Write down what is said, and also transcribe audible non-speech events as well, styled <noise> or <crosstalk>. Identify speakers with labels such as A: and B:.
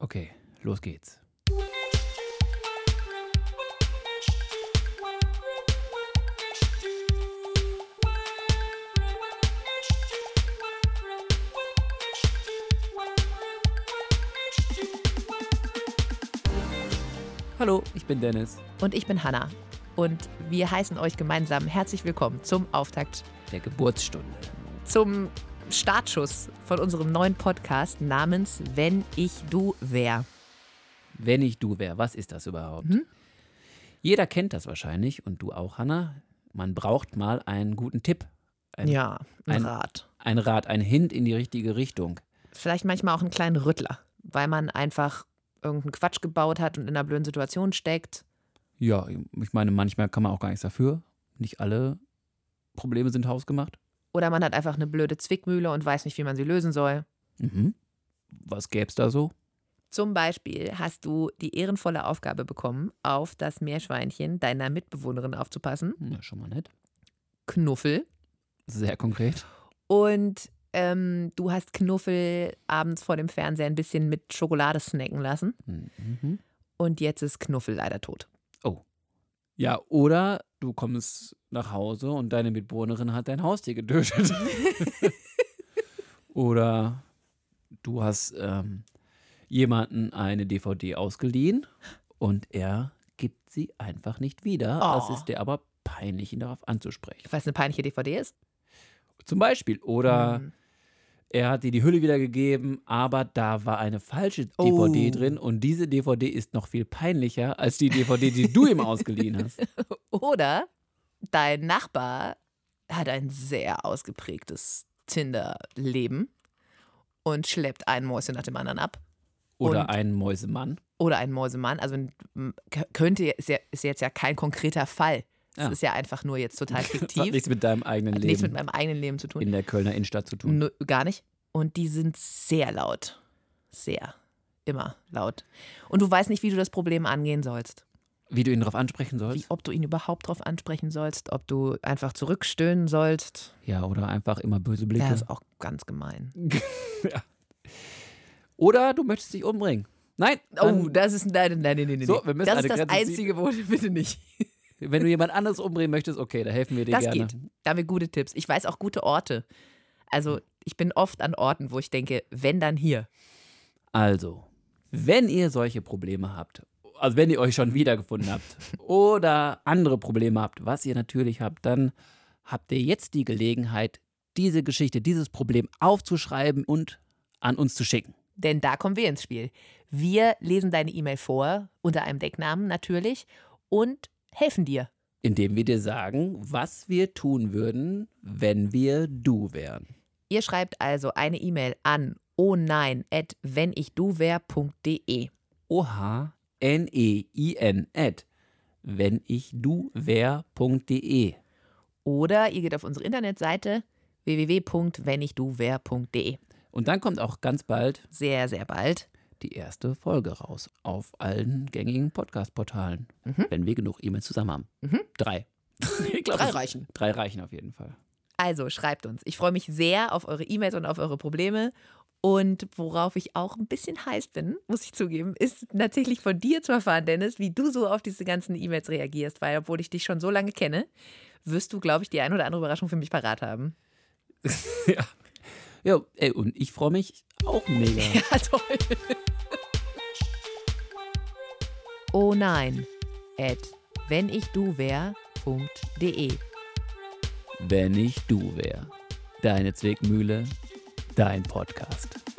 A: Okay, los geht's. Hallo, ich bin Dennis.
B: Und ich bin Hanna. Und wir heißen euch gemeinsam herzlich willkommen zum Auftakt,
A: Der Geburtsstunde.
B: zum Startschuss von unserem neuen Podcast namens Wenn ich du wär.
A: Wenn ich du wär, was ist das überhaupt?
B: Mhm.
A: Jeder kennt das wahrscheinlich und du auch, Hanna. Man braucht mal einen guten Tipp, Ein-
B: ja, ein,
A: ein-
B: Rat.
A: einen Rat, einen Hint in die richtige Richtung.
B: Vielleicht manchmal auch einen kleinen Rüttler, weil man einfach irgendeinen Quatsch gebaut hat und in einer blöden Situation steckt.
A: Ja, ich meine, manchmal kann man auch gar nichts dafür. Nicht alle Probleme sind hausgemacht.
B: Oder man hat einfach eine blöde Zwickmühle und weiß nicht, wie man sie lösen soll.
A: Mhm. Was gäb's da so?
B: Zum Beispiel hast du die ehrenvolle Aufgabe bekommen, auf das Meerschweinchen deiner Mitbewohnerin aufzupassen.
A: Na, schon mal nett.
B: Knuffel.
A: Sehr konkret.
B: Und ähm, du hast Knuffel abends vor dem Fernseher ein bisschen mit Schokolade snacken lassen.
A: Mhm.
B: Und jetzt ist Knuffel leider tot.
A: Ja, oder du kommst nach Hause und deine Mitbewohnerin hat dein Haustier
B: <laughs>
A: getötet. oder du hast ähm, jemanden eine DVD ausgeliehen und er gibt sie einfach nicht wieder.
B: Oh.
A: Es ist dir aber peinlich, ihn darauf anzusprechen.
B: Weil es eine peinliche DVD ist.
A: Zum Beispiel. Oder
B: Hm.
A: er hat dir die Hülle wiedergegeben, aber da war eine falsche
B: Oh.
A: DVD drin und diese DVD ist noch viel peinlicher als die DVD, die du ihm ausgeliehen hast.
B: <laughs> Oder dein Nachbar hat ein sehr ausgeprägtes Tinder-Leben und schleppt ein Mäuschen nach dem anderen ab.
A: Oder
B: Und-
A: einen Mäusemann.
B: Oder ein Mäusemann. Also m, k- könnte, ist, ja, ist jetzt ja kein konkreter Fall. Es
A: Ja.
B: ist ja einfach nur jetzt
A: <laughs>
B: total
A: Das hat
B: fiktiv.
A: nichts mit deinem eigenen
B: Hat
A: Leben
B: nichts mit meinem eigenen Leben zu tun.
A: in der Kölner Innenstadt zu tun.
B: Nö, gar nicht. Und die sind sehr laut. Sehr. Immer laut. Und du weißt nicht, wie du das Problem angehen sollst.
A: Wie du ihn darauf ansprechen
B: Wie,
A: sollst.
B: ob du ihn überhaupt drauf ansprechen sollst, ob du einfach zurückstöhnen sollst.
A: Ja, oder einfach immer böse Blicke.
B: Ja, ist auch ganz gemein.
A: Oder du möchtest dich umbringen. Nein,
B: Oh,
A: dann,
B: das ist nein, nein, nein, nein, nein.
A: So, wir müssen
B: das
A: eine
B: ist das
A: Grenze
B: einzige, wo bitte nicht.
A: wenn du jemand anderes umbringen möchtest, okay, da helfen wir dir
B: Das
A: gerne.
B: geht. Da haben wir gute Tipps. Ich weiß auch gute Orte. Also, ich bin oft an Orten, wo ich denke, wenn dann hier.
A: Also, wenn ihr solche Probleme habt, also wenn ihr euch schon wiedergefunden
B: <laughs>
A: habt oder andere Probleme habt, was ihr natürlich habt, dann habt ihr jetzt die Gelegenheit, diese Geschichte, dieses Problem aufzuschreiben und an uns zu schicken.
B: Denn da kommen wir ins Spiel. Wir lesen deine E-Mail vor, unter einem Decknamen natürlich, und helfen dir.
A: Indem wir dir sagen, was wir tun würden, wenn wir du wären.
B: Ihr schreibt also eine E-Mail an oh nein at wennichduwär.de.
A: O-H-N-E-I-N E at wenn ich du wär.de.
B: Oder ihr geht auf unsere Internetseite www.wennichduwär.de.
A: Und dann kommt auch ganz bald
B: Sehr, sehr bald.
A: die erste Folge raus auf allen gängigen Podcast-Portalen,
B: Mhm.
A: wenn wir genug E-Mails zusammen haben.
B: Mhm. <laughs>
A: Drei. Ich glaub,
B: Drei
A: es-
B: reichen.
A: Drei reichen auf jeden Fall.
B: Also schreibt uns. Ich freue mich sehr auf eure E-Mails und auf eure Probleme. Und worauf ich auch ein bisschen heiß bin, muss ich zugeben, ist tatsächlich von dir zu erfahren, Dennis, wie du so auf diese ganzen E-Mails reagierst. Weil, obwohl ich dich schon so lange kenne, wirst du, glaube ich, die ein oder andere Überraschung für mich parat haben. <laughs>
A: ja. Ja, ey, und ich freue mich auch mega.
B: Ja, toll. Oh nein. At wenn ich du wär.de.
A: Wenn ich du wär. Deine Zwickmühle, dein Podcast.